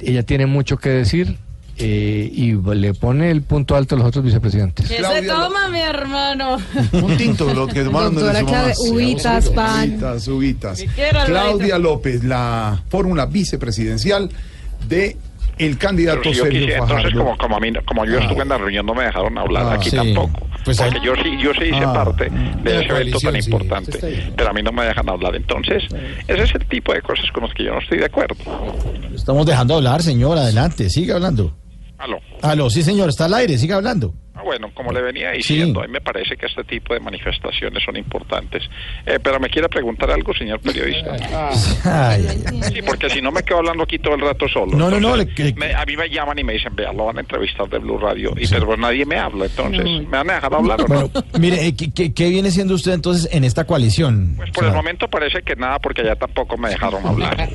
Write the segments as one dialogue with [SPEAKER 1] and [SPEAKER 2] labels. [SPEAKER 1] ella tiene mucho que decir eh, y le pone el punto alto a los otros vicepresidentes.
[SPEAKER 2] ¿Qué se
[SPEAKER 3] Claudia Lo-
[SPEAKER 2] toma, mi hermano?
[SPEAKER 3] Un tinto, lo que tomaron de
[SPEAKER 4] Doctora
[SPEAKER 3] su mamá.
[SPEAKER 4] Claudia, uvitas,
[SPEAKER 3] Sí,
[SPEAKER 4] pan.
[SPEAKER 3] Uvitas, uvitas.
[SPEAKER 2] ¿Qué quiere, Alvarito?
[SPEAKER 3] Claudia López, la fórmula vicepresidencial de el
[SPEAKER 5] Pero
[SPEAKER 3] candidato
[SPEAKER 5] si yo
[SPEAKER 3] Sergio
[SPEAKER 5] quisiera, entonces
[SPEAKER 3] Fajardo.
[SPEAKER 5] como, como, a mí, como yo estuve en la reunión no me dejaron hablar
[SPEAKER 3] Ah,
[SPEAKER 5] aquí
[SPEAKER 6] Ah. sí.
[SPEAKER 5] tampoco.
[SPEAKER 6] Pues
[SPEAKER 5] porque
[SPEAKER 6] ahí-
[SPEAKER 5] yo sí, yo sí hice
[SPEAKER 3] Ah,
[SPEAKER 5] parte
[SPEAKER 6] de la
[SPEAKER 5] de ese evento
[SPEAKER 6] coalición,
[SPEAKER 5] tan
[SPEAKER 6] sí,
[SPEAKER 5] importante,
[SPEAKER 6] usted está ahí.
[SPEAKER 5] pero a mí no me dejan hablar. Entonces, ese es el tipo de cosas con las que yo no estoy de acuerdo.
[SPEAKER 6] Estamos dejando hablar, señor. Adelante, sigue hablando.
[SPEAKER 5] Aló.
[SPEAKER 6] Aló, sí, señor, está al aire, sigue hablando.
[SPEAKER 5] Ah, Bueno, como le venía
[SPEAKER 6] Sí.
[SPEAKER 5] diciendo, a mí me parece que este tipo de manifestaciones son importantes. Eh, pero me quiere preguntar algo, señor periodista.
[SPEAKER 6] Ah. Ay, ay, ay.
[SPEAKER 5] Sí, porque si no me quedo hablando aquí todo el rato solo.
[SPEAKER 6] No, no, no,
[SPEAKER 5] Entonces,
[SPEAKER 6] le- le-
[SPEAKER 5] me- a mí me llaman y me dicen, vea, lo van a entrevistar de Blue Radio. Y pero nadie me habla, entonces, ¿me van a dejar hablar o no?
[SPEAKER 6] Bueno, mire, eh, ¿qué, qué, qué viene siendo usted entonces en esta coalición?
[SPEAKER 5] Pues por el momento parece que nada, porque allá tampoco me dejaron hablar.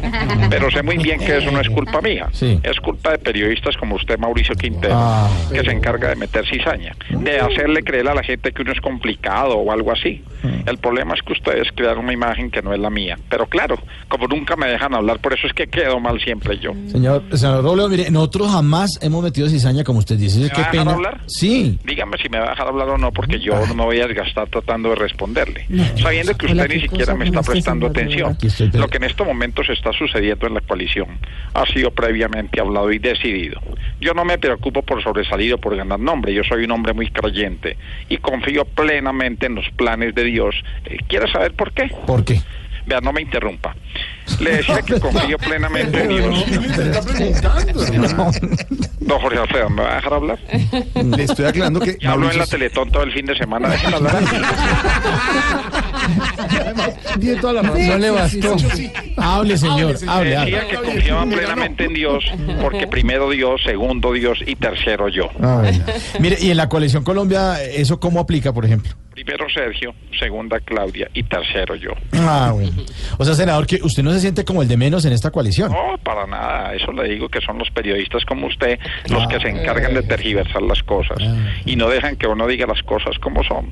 [SPEAKER 5] Pero sé muy bien que eso no es culpa mía.
[SPEAKER 6] Sí.
[SPEAKER 5] Es culpa de periodistas como usted, Mauricio Quintero,
[SPEAKER 6] Ah.
[SPEAKER 5] que se encarga de meter cizaña, de hacerle creer a la gente que uno es complicado o algo así.
[SPEAKER 6] Mm.
[SPEAKER 5] El problema es que ustedes crearon una imagen que no es la mía. Pero claro, como nunca me dejan hablar, por eso es que quedo mal siempre yo.
[SPEAKER 6] Señor, señor Robledo, mire, nosotros jamás hemos metido cizaña, como usted dice.
[SPEAKER 5] va
[SPEAKER 6] qué
[SPEAKER 5] a dejar
[SPEAKER 6] pena.
[SPEAKER 5] hablar?
[SPEAKER 6] Sí.
[SPEAKER 5] Dígame si me va a dejar hablar o no, porque yo no me voy a desgastar tratando de responderle, sabiendo que
[SPEAKER 4] Hola,
[SPEAKER 5] usted
[SPEAKER 4] qué
[SPEAKER 5] ni siquiera
[SPEAKER 4] cosa
[SPEAKER 5] me
[SPEAKER 4] con
[SPEAKER 5] está
[SPEAKER 4] este
[SPEAKER 5] prestando
[SPEAKER 4] señor, de
[SPEAKER 5] atención.
[SPEAKER 4] verdad.
[SPEAKER 6] Aquí estoy, pero-
[SPEAKER 5] Lo que en estos momentos está sucediendo en la coalición ha sido previamente hablado y decidido. Yo no me preocupo por sobresalir o por ganar nombre, yo soy un hombre muy creyente y confío plenamente en los planes de Dios. Eh, ¿Quiere saber por qué?
[SPEAKER 6] ¿Por qué?
[SPEAKER 5] Vea, no me interrumpa. Le decía que confío plenamente en Dios.
[SPEAKER 3] ¿Qué me está preguntando, hermano?
[SPEAKER 5] Don Jorge Alfredo, ¿me va a dejar hablar?
[SPEAKER 3] Le estoy aclarando que
[SPEAKER 5] Ya habló en la
[SPEAKER 3] Mauricio-
[SPEAKER 5] Teletón todo el fin de semana. déjenme hablar a mí.
[SPEAKER 3] Además, tiene toda la razón.
[SPEAKER 1] No le bastó.
[SPEAKER 6] Hable, señor, hable, hable.
[SPEAKER 5] Decía que confiaba plenamente en Dios, porque primero Dios, segundo Dios y tercero yo.
[SPEAKER 6] Ay. Mire, y en la coalición Colombia, ¿eso cómo aplica, por ejemplo?
[SPEAKER 5] Primero Sergio, segunda Claudia y tercero yo.
[SPEAKER 6] Ah, bueno. O sea, senador, que usted no se siente como el de menos en esta coalición.
[SPEAKER 5] No, para nada, eso le digo que son los periodistas como usted los que se encargan de tergiversar las cosas
[SPEAKER 6] Ah.
[SPEAKER 5] y no dejan que uno diga las cosas como son.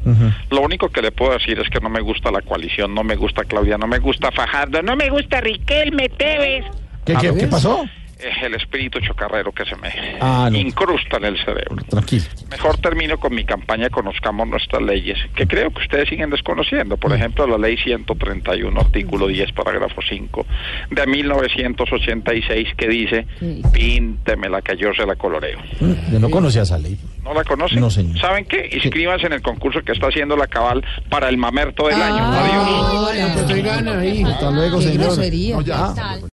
[SPEAKER 5] Lo único que le puedo decir es que no me gusta la coalición, no me gusta Claudia, no me gusta Fajardo, no me gusta Riquelme Tevez.
[SPEAKER 6] ¿Qué, qué, qué pasó?
[SPEAKER 5] Es el espíritu chocarrero que se me
[SPEAKER 6] Ah, no.
[SPEAKER 5] incrusta en el cerebro.
[SPEAKER 6] Tranquilo.
[SPEAKER 5] Mejor termino con mi campaña Conozcamos nuestras leyes, que creo que ustedes siguen desconociendo.
[SPEAKER 6] Mm.
[SPEAKER 5] Por ejemplo, la ley 131, artículo 10, parágrafo 5 de 1986, que dice, píntemela que yo se la coloreo.
[SPEAKER 6] Mm, Yo no conocía esa ley.
[SPEAKER 5] ¿No la conocen?
[SPEAKER 6] No, señor.
[SPEAKER 5] ¿Saben qué? Inscríbanse en el concurso que está haciendo la cabal
[SPEAKER 6] Ah.
[SPEAKER 5] para el mamerto del año. Adiós.
[SPEAKER 1] Ahora, pues, oigan ahí.
[SPEAKER 6] Hasta luego,
[SPEAKER 4] Qué
[SPEAKER 6] señor.
[SPEAKER 4] grosería.
[SPEAKER 6] No, ya.